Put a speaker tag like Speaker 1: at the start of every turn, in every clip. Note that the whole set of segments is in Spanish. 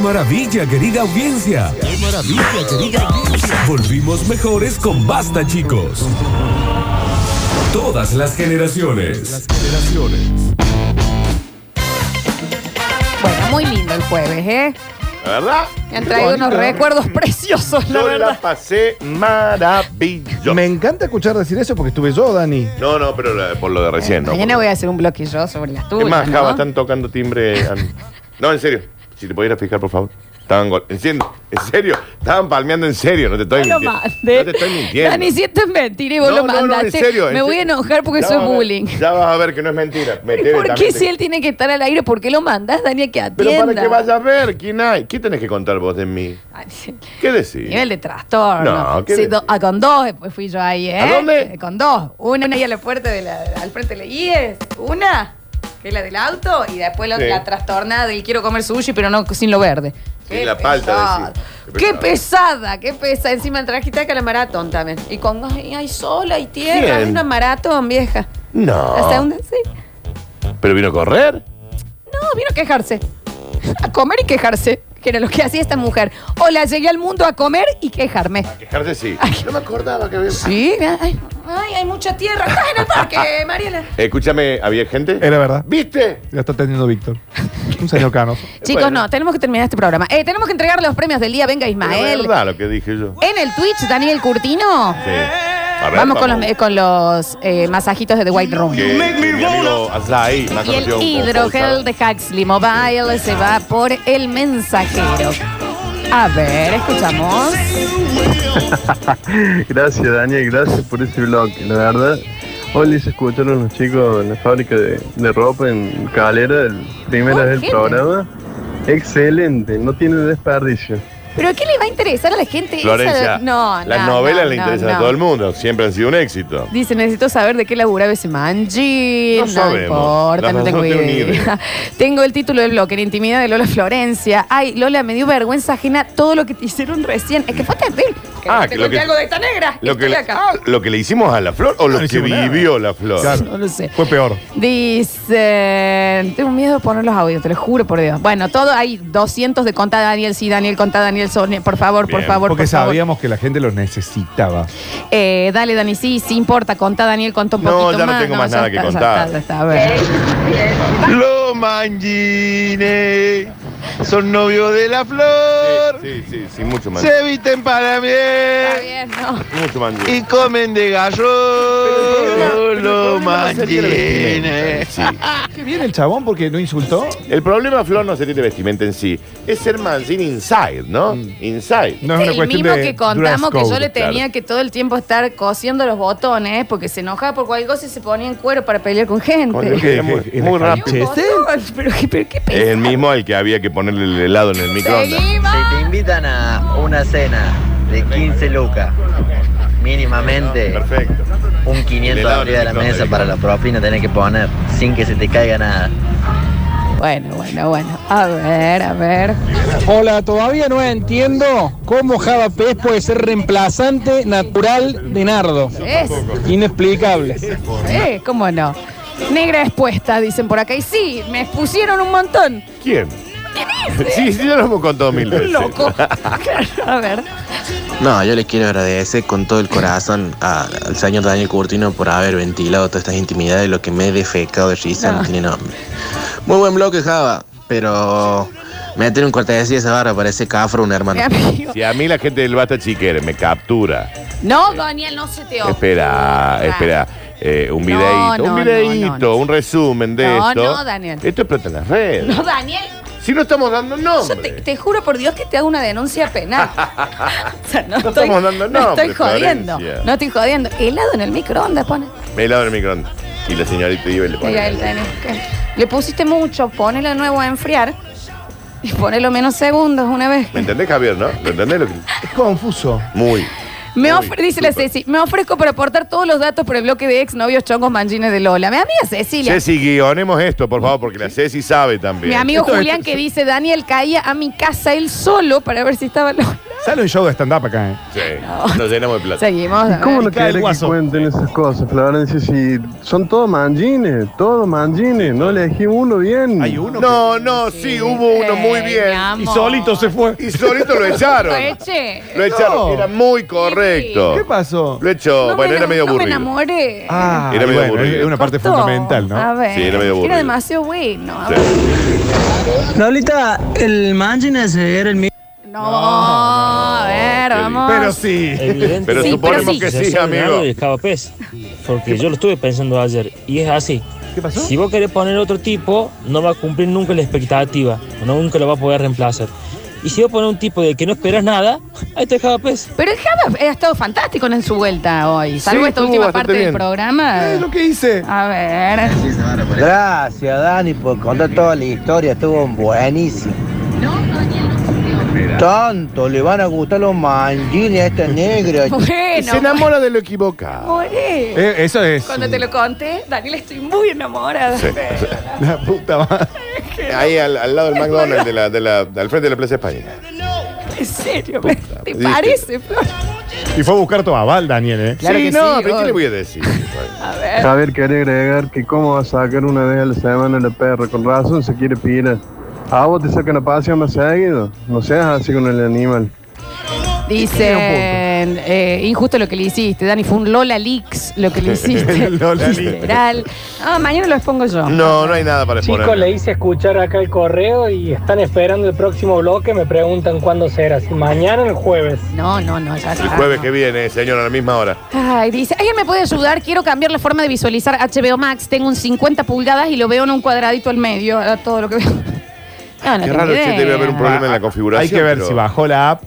Speaker 1: maravilla, querida audiencia!
Speaker 2: ¡Qué maravilla, querida audiencia!
Speaker 1: Volvimos mejores con Basta, chicos. Todas las generaciones. Las generaciones.
Speaker 3: Bueno, muy lindo el jueves, ¿eh?
Speaker 4: La verdad.
Speaker 3: Me han traído unos recuerdos preciosos, la
Speaker 4: Yo
Speaker 3: verdad.
Speaker 4: la pasé maravilloso.
Speaker 2: Me encanta escuchar decir eso porque estuve yo, Dani.
Speaker 4: No, no, pero la- por lo de recién, ¿no?
Speaker 3: Mañana voy a hacer un bloque yo sobre las tuyas.
Speaker 4: Es más,
Speaker 3: ¿no?
Speaker 4: Java, están tocando timbre. a mí. No, en serio. Si te pudieras fijar, por favor. Estaban gol. En serio, en serio. Estaban palmeando en serio. No te estoy
Speaker 3: No lo
Speaker 4: mintiendo.
Speaker 3: mandé.
Speaker 4: No te estoy mintiendo.
Speaker 3: Dani, si esto es mentira y vos
Speaker 4: No,
Speaker 3: lo
Speaker 4: no, no, en
Speaker 3: mandaste,
Speaker 4: serio, en
Speaker 3: me voy a
Speaker 4: serio.
Speaker 3: enojar porque
Speaker 4: Ya
Speaker 3: eso es
Speaker 4: vas a ver,
Speaker 3: bullying.
Speaker 4: Ya vas a ver que no es mentira. Metele
Speaker 3: ¿Por qué
Speaker 4: también te-
Speaker 3: si él tiene que estar al aire? ¿Por qué lo mandás, Dani, a que atienda?
Speaker 4: Pero para que vaya a ver quién hay. ¿Qué tenés que contar vos de mí?
Speaker 3: Ay, sí.
Speaker 4: ¿Qué decís?
Speaker 3: Nivel de trastorno.
Speaker 4: No, ¿qué
Speaker 3: Sí,
Speaker 4: decís?
Speaker 3: do- ah, con dos después fui yo ahí, ¿eh?
Speaker 4: ¿A dónde?
Speaker 3: Eh, Con dos. Una ahí a la puerta de la, al frente de la IES. Una, que es la del auto, y después la,
Speaker 4: Sí.
Speaker 3: la trastornada del quiero comer sushi, pero no sin lo verde.
Speaker 4: Sí, la palta,
Speaker 3: pesada.
Speaker 4: decís. Qué
Speaker 3: Qué pesada, qué pesada. Encima el trajiste acá la maratón también. Y con ay, hay sol, hay tierra,
Speaker 4: ¿Quién?
Speaker 3: hay una maratón vieja.
Speaker 4: No.
Speaker 3: La segunda, sí.
Speaker 4: ¿Pero vino a correr?
Speaker 3: No, vino a quejarse. A comer y quejarse. Que era lo que hacía esta mujer. Hola, llegué al mundo a comer y quejarme.
Speaker 4: A quejarse sí.
Speaker 3: Ay.
Speaker 4: No me acordaba que había.
Speaker 3: Sí, ay, ay, hay mucha tierra. Estás en el parque, Mariela.
Speaker 4: Escúchame, ¿había gente?
Speaker 2: Era verdad.
Speaker 4: ¿Viste?
Speaker 2: La está teniendo Víctor. Un señor Cano.
Speaker 3: Chicos,
Speaker 4: Bueno.
Speaker 3: no, tenemos que terminar este programa. Eh, tenemos que entregar los premios del día. Venga,
Speaker 4: Era
Speaker 3: Ismael.
Speaker 4: verdad lo que dije yo.
Speaker 3: En el Twitch, Daniel Curtino.
Speaker 4: Sí. A ver,
Speaker 3: Vamos con los, eh, con los eh, masajitos de The White Room.
Speaker 4: Que mi amigo Azai, más
Speaker 3: Y
Speaker 4: conocido
Speaker 3: el
Speaker 4: como
Speaker 3: hidrogel
Speaker 4: Gonzalo.
Speaker 3: de Huxley Mobile se va por el mensajero. A ver, escuchamos.
Speaker 5: Gracias Daniel, gracias por ese blog, la verdad. Hoy les escucharon los chicos en la fábrica de, de ropa en Calera, el primera
Speaker 3: Oh,
Speaker 5: vez del
Speaker 3: gente.
Speaker 5: programa. Excelente, no tiene desperdicio.
Speaker 3: ¿Pero qué le va a interesar a la gente? esa-
Speaker 4: Florencia,
Speaker 3: no,
Speaker 4: las
Speaker 3: no,
Speaker 4: novelas
Speaker 3: no,
Speaker 4: le
Speaker 3: no,
Speaker 4: interesan a
Speaker 3: no.
Speaker 4: todo el mundo, siempre han sido un éxito.
Speaker 3: Dice, necesito saber de qué laburaba ese manji.
Speaker 4: No sabemos.
Speaker 3: importa,
Speaker 4: La
Speaker 3: no
Speaker 4: verdad
Speaker 3: tengo
Speaker 4: no tengo ni
Speaker 3: idea.
Speaker 4: idea.
Speaker 3: tengo el título del bloque, en intimidad de Lola Florencia. Ay, Lola, me dio vergüenza ajena todo lo que te hicieron recién. Es que fue terrible. Que
Speaker 4: Ah,
Speaker 3: no te
Speaker 4: que lo
Speaker 3: cuente
Speaker 4: que-
Speaker 3: algo de esta negra.
Speaker 4: Lo que,
Speaker 3: Estoy
Speaker 4: le,
Speaker 3: acá.
Speaker 4: ah, lo que le hicimos a la flor o lo
Speaker 2: No
Speaker 4: que
Speaker 2: hicimos nada.
Speaker 4: vivió la flor.
Speaker 2: Claro.
Speaker 3: No lo sé.
Speaker 2: Fue peor.
Speaker 3: Dice, tengo miedo de poner los audios, te lo juro por Dios. Bueno, todo hay 200 de conta Daniel, sí, Daniel, conta Daniel, Sonia, por favor, por
Speaker 4: Bien,
Speaker 3: favor.
Speaker 2: Porque
Speaker 3: por favor.
Speaker 2: sabíamos que la gente los necesitaba.
Speaker 3: Eh, dale, Dani, sí, sí importa, contá, Daniel, contó un
Speaker 4: No,
Speaker 3: poquito
Speaker 4: ya no
Speaker 3: más.
Speaker 4: tengo más
Speaker 3: ya
Speaker 4: nada que
Speaker 3: está, ya
Speaker 4: contar.
Speaker 3: está, ya
Speaker 4: Eh.
Speaker 3: está, a ver.
Speaker 6: Los mangines son novios de la flor.
Speaker 4: Sí, sí, sí, mucho más.
Speaker 6: Se visten para
Speaker 3: Está
Speaker 6: bien
Speaker 3: bien, ¿no?
Speaker 4: Mucho más.
Speaker 6: y comen de gallo. Los mangines.
Speaker 4: Sí.
Speaker 2: Qué bien el chabón porque no insultó.
Speaker 4: El problema, Flor, no se tiene vestimenta en sí. Es ser mancini inside, ¿no? Inside.
Speaker 2: Mm. No es una
Speaker 3: el
Speaker 2: cuestión
Speaker 3: mismo
Speaker 2: de
Speaker 3: que contamos
Speaker 2: dress
Speaker 3: que yo
Speaker 2: code.
Speaker 3: le tenía que todo el tiempo estar cosiendo los botones porque se enojaba por cualquier cosa y se ponía en cuero para pelear con gente.
Speaker 4: Con-
Speaker 2: que- Eh,
Speaker 4: muy,
Speaker 2: que-
Speaker 4: muy
Speaker 2: que-
Speaker 4: rápido.
Speaker 3: Tenía un botón, pero, qué- pero qué
Speaker 4: Es
Speaker 3: pesado.
Speaker 4: el mismo al que había que ponerle el helado en el microondas.
Speaker 3: Seguimos.
Speaker 7: Si te invitan a una cena de 15 lucas, mínimamente
Speaker 4: Perfecto.
Speaker 7: un
Speaker 4: Le
Speaker 7: 500
Speaker 4: daban
Speaker 7: arriba de la
Speaker 4: el micrófono.
Speaker 7: mesa para la propina tenés que poner sin que se te caiga nada.
Speaker 3: Bueno, bueno, bueno. A ver, a ver.
Speaker 8: Hola, todavía no entiendo cómo Java Pez puede ser reemplazante natural de Nardo.
Speaker 3: Es,
Speaker 8: Inexplicable.
Speaker 3: eh, ¿cómo no? Negra expuesta, dicen por acá. Y sí, me expusieron un montón.
Speaker 4: ¿Quién? Sí, sí, ya lo hemos contado mil veces.
Speaker 3: Loco. a ver.
Speaker 9: No, yo les quiero agradecer con todo el corazón a- al señor Daniel Curtino por haber ventilado todas estas intimidades, lo que me he defecado de risa, no,
Speaker 3: No.
Speaker 9: tiene nombre. Muy buen bloque, Java, pero meter un cortesía a esa barra parece cafro, un hermano.
Speaker 3: Mi amigo.
Speaker 4: Si a mí la gente del Basta Chiquere me captura,
Speaker 3: No, Daniel, no se te ocurra.
Speaker 4: espera, espera, eh, un
Speaker 3: No,
Speaker 4: videíto,
Speaker 3: no, no,
Speaker 4: un videíto,
Speaker 3: no, no.
Speaker 4: un resumen de
Speaker 3: No,
Speaker 4: esto.
Speaker 3: no, Daniel.
Speaker 4: Esto explota en las redes.
Speaker 3: No, Daniel.
Speaker 4: Si no estamos dando nombre.
Speaker 3: Yo te, te juro por Dios que te hago una denuncia penal. o sea, no,
Speaker 4: No
Speaker 3: estoy,
Speaker 4: estamos dando
Speaker 3: no
Speaker 4: nombre,
Speaker 3: estoy jodiendo.
Speaker 4: Florencia.
Speaker 3: No estoy jodiendo. Helado en el microondas, pone.
Speaker 4: Me helado en el microondas. Y la señorita iba y le pone.
Speaker 3: Mira, el Daniel, ¿qué? Le pusiste mucho, ponelo de nuevo a enfriar y ponelo menos segundos una vez.
Speaker 4: ¿Me entendés, Javier, no? ¿Lo entendés? Lo que-
Speaker 2: Es confuso.
Speaker 4: Muy.
Speaker 3: Me
Speaker 4: Uy,
Speaker 3: ofre- dice la
Speaker 4: súper.
Speaker 3: Ceci, me ofrezco para aportar todos los datos por el bloque de exnovios chongos manjines de Lola. Mi amiga Cecilia.
Speaker 4: Ceci, guionemos esto, por favor, porque la Ceci sabe también.
Speaker 3: Mi amigo
Speaker 2: Esto es-
Speaker 3: Julián que dice, Daniel caía a mi casa él solo para ver si estaba Lola.
Speaker 2: Sale un show de stand-up acá, ¿eh?
Speaker 4: Sí, nos llenamos de plata.
Speaker 3: Seguimos. a
Speaker 5: ¿Cómo
Speaker 3: ver.
Speaker 5: no
Speaker 2: cae el
Speaker 5: querés que
Speaker 2: guaso.
Speaker 5: cuenten esas cosas, Florencia? Si son todos mangines, todos mangines, no elegí uno bien.
Speaker 2: Hay uno.
Speaker 4: No, no, sí, hubo uno muy
Speaker 3: Eh,
Speaker 4: bien.
Speaker 3: mi
Speaker 2: que- Y
Speaker 3: amor.
Speaker 2: solito se fue.
Speaker 4: Y solito lo echaron.
Speaker 3: Eche.
Speaker 4: Lo echaron.
Speaker 2: No.
Speaker 4: Era muy correcto.
Speaker 2: ¿Qué pasó?
Speaker 4: Lo echó.
Speaker 3: No
Speaker 4: bueno,
Speaker 3: me
Speaker 4: era
Speaker 3: enam-
Speaker 4: medio
Speaker 3: no me
Speaker 4: aburrido.
Speaker 3: enamoré.
Speaker 2: Ah,
Speaker 4: Era
Speaker 2: y
Speaker 4: medio
Speaker 2: bueno,
Speaker 4: aburrido.
Speaker 2: es una parte
Speaker 3: Cortó.
Speaker 2: fundamental, ¿no?
Speaker 3: A ver.
Speaker 4: Sí, era medio aburrido.
Speaker 3: Era demasiado bueno. A
Speaker 4: Sí.
Speaker 3: ver.
Speaker 8: Lolita, el mangine ese era el mismo.
Speaker 3: No, a ver,
Speaker 4: qué
Speaker 3: vamos.
Speaker 2: Pero sí.
Speaker 10: Evidente,
Speaker 4: Pero
Speaker 3: Sí,
Speaker 4: suponemos
Speaker 3: pero sí.
Speaker 4: que sí, amigo.
Speaker 10: de Javapés, porque yo lo estuve pensando ayer y es así.
Speaker 2: ¿Qué pasó?
Speaker 10: Si vos querés poner otro tipo, no va a cumplir nunca la expectativa, no, nunca lo va a poder reemplazar. Y si vos pones un tipo de que no esperas nada, ahí está el Javapés.
Speaker 3: Pero el Java ha estado fantástico en su vuelta hoy. Salvo
Speaker 4: Sí,
Speaker 3: esta
Speaker 4: estuvo
Speaker 3: última
Speaker 4: bastante
Speaker 3: parte del
Speaker 4: bien.
Speaker 3: programa.
Speaker 2: Es lo que hice.
Speaker 3: A ver.
Speaker 7: Gracias, Dani, por contar toda la historia. Estuvo buenísimo. Tanto le van a gustar los mangines a este esta negra.
Speaker 4: Se
Speaker 3: Bueno,
Speaker 4: enamora de lo equivocado.
Speaker 3: moré.
Speaker 2: Eh, eso es.
Speaker 3: Cuando te lo conté, Daniel, estoy muy enamorada.
Speaker 4: Sí.
Speaker 2: La puta madre.
Speaker 4: Ahí al, al lado del McDonald's, de la, de la, al frente de la Plaza España.
Speaker 3: En serio, me- ¿te
Speaker 4: Dije-
Speaker 3: parece, Flor?
Speaker 2: Y fue a buscar tu aval, Daniel, ¿eh?
Speaker 3: Claro
Speaker 4: sí,
Speaker 3: que
Speaker 4: no,
Speaker 3: sí,
Speaker 4: pero ¿qué
Speaker 3: obvio.
Speaker 4: le voy a decir?
Speaker 3: A ver.
Speaker 5: Javier quiere agregar que cómo va a sacar una vez a la semana la perra. Con razón se quiere pila. A vos te sacan a paseo más seguido. No seas así con el animal.
Speaker 3: Dicen, eh, injusto lo que le hiciste, Dani, fue un Lola Leaks lo que le hiciste.
Speaker 2: Lola Leaks.
Speaker 3: Literal. Ah, mañana lo expongo yo.
Speaker 4: No, no hay nada para
Speaker 10: Chicos, le
Speaker 4: exponer.
Speaker 10: hice escuchar acá el correo y están esperando el próximo bloque. Me preguntan cuándo será, si mañana o el jueves.
Speaker 3: No, no, Ah, no, ya
Speaker 4: El jueves que viene, señor, a la misma hora.
Speaker 3: Ay, dice, ¿alguien me puede ayudar? Quiero cambiar la forma de visualizar HBO Max. Tengo un 50 pulgadas y lo veo en un cuadradito al medio, a todo lo que veo. No, no
Speaker 4: Qué
Speaker 3: tengo
Speaker 4: raro,
Speaker 3: idea.
Speaker 4: che, debe haber un problema en la configuración.
Speaker 2: Hay que ver
Speaker 4: pero-
Speaker 2: si bajó la app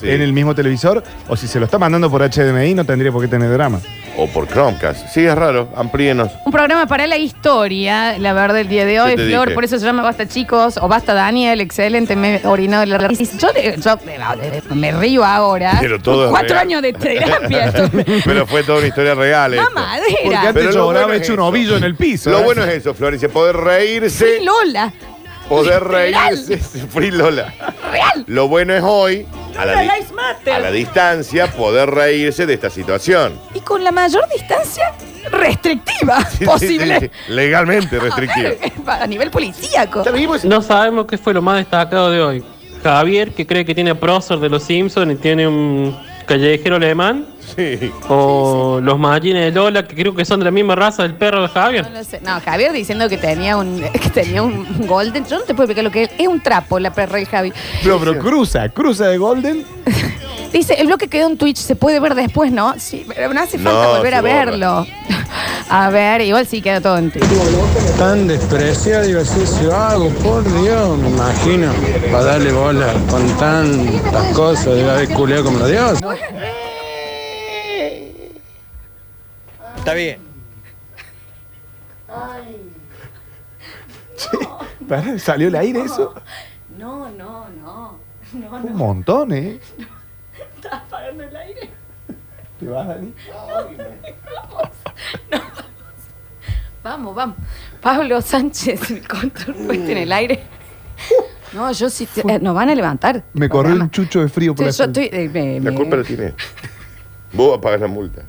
Speaker 4: Sí.
Speaker 2: en el mismo televisor o si se lo está mandando por HDMI, no tendría por qué tener drama.
Speaker 4: O por Chromecast. Sí, es raro. Amplíenos.
Speaker 3: Un programa para la historia, la verdad, del día de hoy,
Speaker 4: te
Speaker 3: Flor.
Speaker 4: dije.
Speaker 3: Por eso se llama Basta Chicos o Basta Daniel. Excelente, me he orinado en la raíz. Yo, eh, yo, eh, me río ahora.
Speaker 4: Pero todo es
Speaker 3: Cuatro
Speaker 4: real.
Speaker 3: años de terapia. esto me-
Speaker 4: Pero fue toda una historia real. esto.
Speaker 2: Porque
Speaker 3: Mamadera.
Speaker 2: antes
Speaker 4: Pero lo
Speaker 2: lloraba
Speaker 4: bueno es
Speaker 2: hecho un
Speaker 4: eso.
Speaker 2: ovillo en el piso.
Speaker 4: Lo
Speaker 2: ¿eh?
Speaker 4: bueno es eso, Florencia, poder reírse,
Speaker 3: Sí, Lola.
Speaker 4: poder
Speaker 3: literal.
Speaker 4: reírse. Free Lola. Real. Lo bueno es hoy, a la, di- a la distancia, poder reírse de esta situación.
Speaker 3: Y con la mayor distancia restrictiva
Speaker 4: Sí, sí,
Speaker 3: posible.
Speaker 4: sí, sí. Legalmente restrictivo.
Speaker 3: A nivel policíaco.
Speaker 10: Pues, No sabemos qué fue lo más destacado de hoy. Javier, que cree que tiene prócer de los Simpsons y tiene un callejero alemán.
Speaker 4: Sí.
Speaker 10: O los mallines de Lola, que creo que son de la misma raza del perro de Javier.
Speaker 3: No, lo sé. No, Javier diciendo que tenía un que tenía un golden. Yo no te puedo explicar lo que es. Es un trapo la perra del Javi.
Speaker 2: Pero, pero cruza, cruza de Golden.
Speaker 3: Dice, el bloque quedó en Twitch, se puede ver después, ¿no? Sí, pero no hace
Speaker 4: No,
Speaker 3: falta volver
Speaker 4: se
Speaker 3: a
Speaker 4: borra.
Speaker 3: verlo. A ver, igual sí queda todo en Twitch.
Speaker 8: Tan despreciado y vacío hago, por Dios, me imagino. Para darle bola con tantas cosas, debe haber culeado como los dios.
Speaker 7: Está bien.
Speaker 2: Pará, ¿Salió el aire eso?
Speaker 3: No, no, no.
Speaker 2: Un montón, ¿eh? ¿Estás apagando el aire? ¿Te vas, Dani?
Speaker 3: Vamos, vamos. Pablo Sánchez, el control puesto en el aire. No, yo sí. te- eh, nos van a levantar.
Speaker 2: Uh. Me corrió un chucho de frío por
Speaker 3: Estoy-
Speaker 2: la
Speaker 3: yo
Speaker 2: espalda.
Speaker 3: estoy. eh, me-
Speaker 4: La
Speaker 3: me-
Speaker 4: culpa la tiene. Vos pagar la multa.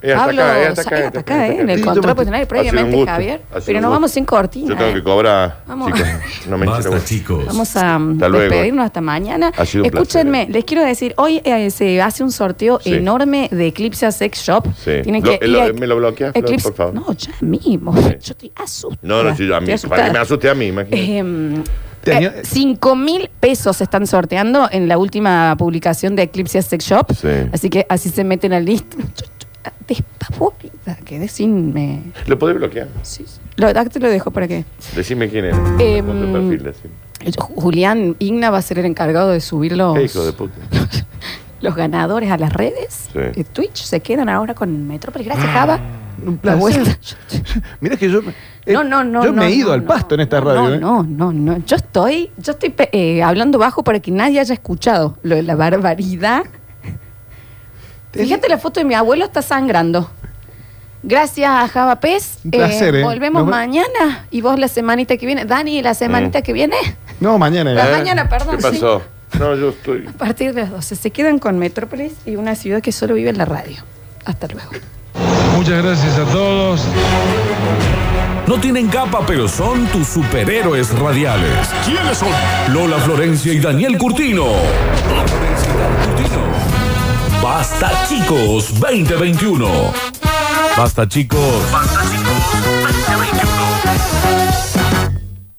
Speaker 4: Es hasta
Speaker 3: Pablo,
Speaker 4: acá, es
Speaker 3: hasta acá,
Speaker 4: hasta
Speaker 3: acá,
Speaker 4: hasta
Speaker 3: ¿eh? En el
Speaker 2: Sí,
Speaker 3: control
Speaker 2: tómate.
Speaker 3: puesto en el aire,
Speaker 4: Ha sido un
Speaker 3: previamente,
Speaker 4: gusto,
Speaker 3: Javier.
Speaker 4: ha sido
Speaker 3: Pero
Speaker 4: un
Speaker 3: nos
Speaker 4: gusto.
Speaker 3: vamos sin cortina.
Speaker 4: Yo tengo
Speaker 3: eh.
Speaker 4: que cobrar.
Speaker 3: Vamos.
Speaker 4: Chicos, no me
Speaker 1: Basta,
Speaker 4: interesa.
Speaker 1: chicos.
Speaker 3: Vamos a um,
Speaker 4: Hasta luego.
Speaker 3: despedirnos hasta mañana.
Speaker 4: Ha sido un
Speaker 3: Escúchenme,
Speaker 4: placer.
Speaker 3: les quiero decir, hoy eh, se hace un sorteo
Speaker 4: Sí.
Speaker 3: enorme de Eclipse Sex Shop.
Speaker 4: Sí.
Speaker 3: Tienen
Speaker 4: Lo-
Speaker 3: que
Speaker 4: lo-
Speaker 3: ir a
Speaker 4: ¿me lo bloqueas, Flor,
Speaker 3: Eclipse-
Speaker 4: por favor?
Speaker 3: No, ya mismo. Yo estoy asustada.
Speaker 4: No, no, sí, a mí.
Speaker 3: Estoy
Speaker 4: Para que me
Speaker 3: asustada.
Speaker 4: asuste a mí, imagínate.
Speaker 3: Ehm,
Speaker 2: Te año-
Speaker 3: eh, Cinco mil pesos se están sorteando en la última publicación de Eclipse Sex Shop.
Speaker 4: Sí.
Speaker 3: Así que así se meten al list. Yo- yo- Despavorida, quedé sin. me-
Speaker 4: ¿Lo podés bloquear?
Speaker 3: sí, sí. Lo, ah, te lo dejo para que.
Speaker 4: Decime quién es.
Speaker 3: Em,
Speaker 4: Con tu perfil, decime.
Speaker 3: Julián Igna va a ser el encargado de subirlo.
Speaker 4: ¿Qué hijo de puta?
Speaker 3: los ganadores a las redes
Speaker 4: Sí. Ah.
Speaker 3: de Twitch se quedan ahora con Metrópolis. Gracias, Java.
Speaker 2: Un
Speaker 3: La
Speaker 2: placer.
Speaker 3: vuelta.
Speaker 2: Mirá que yo. eh,
Speaker 3: No, no, no.
Speaker 2: Yo me
Speaker 3: no,
Speaker 2: he ido
Speaker 3: no,
Speaker 2: al
Speaker 3: no.
Speaker 2: pasto en esta
Speaker 3: No,
Speaker 2: radio,
Speaker 3: No,
Speaker 2: ¿eh?
Speaker 3: no, no, no. Yo estoy, yo estoy pe- eh, hablando bajo para que nadie haya escuchado lo de la barbaridad. Fíjate la foto de mi abuelo está sangrando. Gracias a Java Pez.
Speaker 2: Un placer, ¿eh?
Speaker 3: Volvemos
Speaker 2: Nos ve-
Speaker 3: mañana y vos la semanita que viene. Dani, la semanita que viene.
Speaker 2: No, mañana.
Speaker 3: La
Speaker 2: eh.
Speaker 3: mañana, perdón.
Speaker 4: Eh. ¿Qué
Speaker 3: sí.
Speaker 4: pasó? No, yo estoy.
Speaker 3: A partir de las 12 se quedan con Metrópolis y una ciudad que solo vive en la radio. Hasta luego.
Speaker 8: Muchas gracias a todos.
Speaker 1: No tienen capa, pero son tus superhéroes radiales.
Speaker 11: ¿Quiénes son?
Speaker 1: Lola Florencia y Daniel Curtino. Basta chicos 2021. Basta chicos. Basta chicos 2021.